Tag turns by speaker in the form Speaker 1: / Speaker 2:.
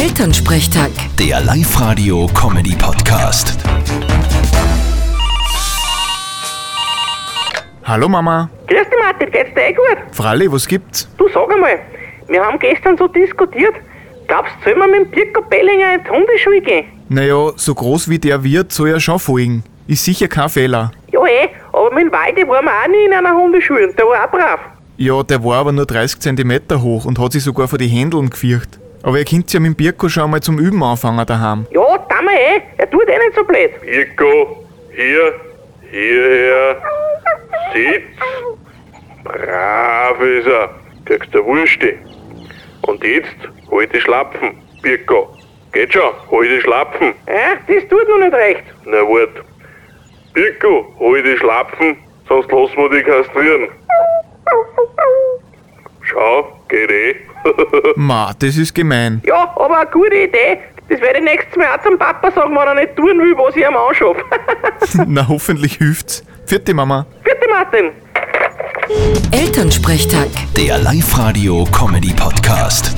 Speaker 1: Elternsprechtag.
Speaker 2: Der Live-Radio-Comedy-Podcast.
Speaker 3: Hallo Mama.
Speaker 4: Grüß dich, Martin, geht's dir eh gut?
Speaker 3: Fralli, was gibt's?
Speaker 4: Du sag einmal, wir haben gestern so diskutiert, glaubst du, sollen wir mit dem Pirko Bellinger in die Hundeschule gehen?
Speaker 3: Naja, so groß wie der wird, soll er schon folgen. Ist sicher kein Fehler.
Speaker 4: Ja, eh, aber mit dem Waldi waren wir auch nie in einer Hundeschule und der war auch brav.
Speaker 3: Ja, der war aber nur 30 cm hoch und hat sich sogar vor die Händeln gefircht. Aber ihr könnt ja mit dem Birko schon mal zum Üben anfangen daheim.
Speaker 4: Ja, da mal eh, er tut eh nicht so blöd.
Speaker 5: Mirko, hier, hierher, sitz. Brav ist er, kriegst du Wursti. Und jetzt hol die Schlapfen, Mirko. Geht schon, hol die Schlapfen.
Speaker 4: Ja, das tut noch nicht recht.
Speaker 5: Na wart. Mirko, hol die Schlapfen, sonst lassen wir dich kastrieren. Schau, geht eh.
Speaker 3: Ma, das ist gemein.
Speaker 4: Ja, aber eine gute Idee. Das werde ich nächstes Mal auch zum Papa sagen, wenn er nicht tun will, was ich ihm anschaffe.
Speaker 3: Na, hoffentlich hilft's. Vierte Mama.
Speaker 4: Bitte, Martin.
Speaker 1: Elternsprechtag.
Speaker 2: Der Live-Radio-Comedy-Podcast.